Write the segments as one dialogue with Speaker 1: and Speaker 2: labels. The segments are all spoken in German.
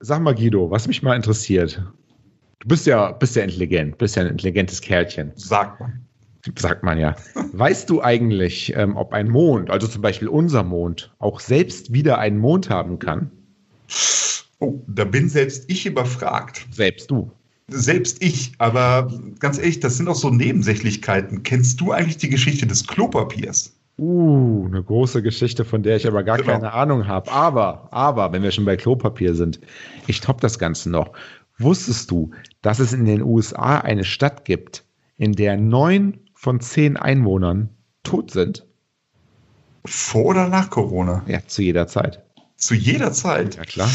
Speaker 1: sag mal, Guido, was mich mal interessiert. Du bist ja, bist ja intelligent, bist ja ein intelligentes Kerlchen.
Speaker 2: Sagt man.
Speaker 1: Sagt man ja. Weißt du eigentlich, ähm, ob ein Mond, also zum Beispiel unser Mond, auch selbst wieder einen Mond haben kann?
Speaker 2: Oh, da bin selbst ich überfragt.
Speaker 1: Selbst du.
Speaker 2: Selbst ich, aber ganz ehrlich, das sind auch so Nebensächlichkeiten. Kennst du eigentlich die Geschichte des Klopapiers?
Speaker 1: Uh, eine große Geschichte, von der ich aber gar
Speaker 2: Genau.
Speaker 1: keine Ahnung habe. Aber, aber, wenn wir schon bei Klopapier sind, ich top das Ganze noch. Wusstest du, dass es in den USA eine Stadt gibt, in der neun von zehn Einwohnern tot sind?
Speaker 2: Vor oder nach Corona?
Speaker 1: Ja, zu jeder Zeit.
Speaker 2: Zu jeder Zeit.
Speaker 1: Ja, klar.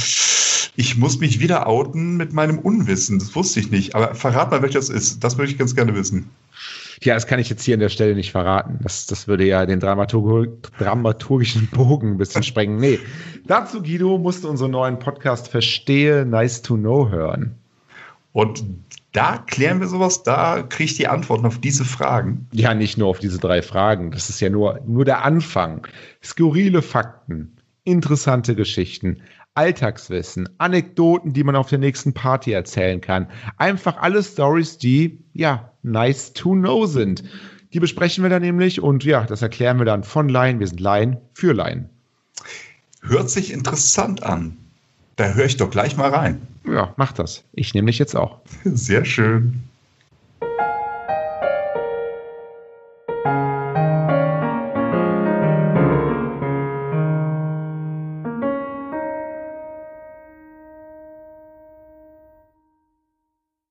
Speaker 2: Ich muss mich wieder outen mit meinem Unwissen. Das wusste ich nicht. Aber verrat mal, welches ist. Das würde ich ganz gerne wissen.
Speaker 1: Ja, das kann ich jetzt hier an der Stelle nicht verraten. Das, das würde ja den Dramaturg dramaturgischen Bogen ein bisschen sprengen. Nee, dazu, Guido, musst du unseren neuen Podcast Verstehe, Nice to Know hören.
Speaker 2: Und da klären wir sowas. Da kriege ich die Antworten auf diese Fragen.
Speaker 1: Ja, nicht nur auf diese drei Fragen. Das ist ja nur, nur der Anfang. Skurrile Fakten, interessante Geschichten, Alltagswissen, Anekdoten, die man auf der nächsten Party erzählen kann. Einfach alle Stories, die, ja, nice to know sind. Die besprechen wir dann nämlich und ja, das erklären wir dann von Laien. Wir sind Laien für Laien.
Speaker 2: Hört sich interessant an. Da höre ich doch gleich mal rein.
Speaker 1: Ja, mach das. Ich nehme dich jetzt auch.
Speaker 2: Sehr schön.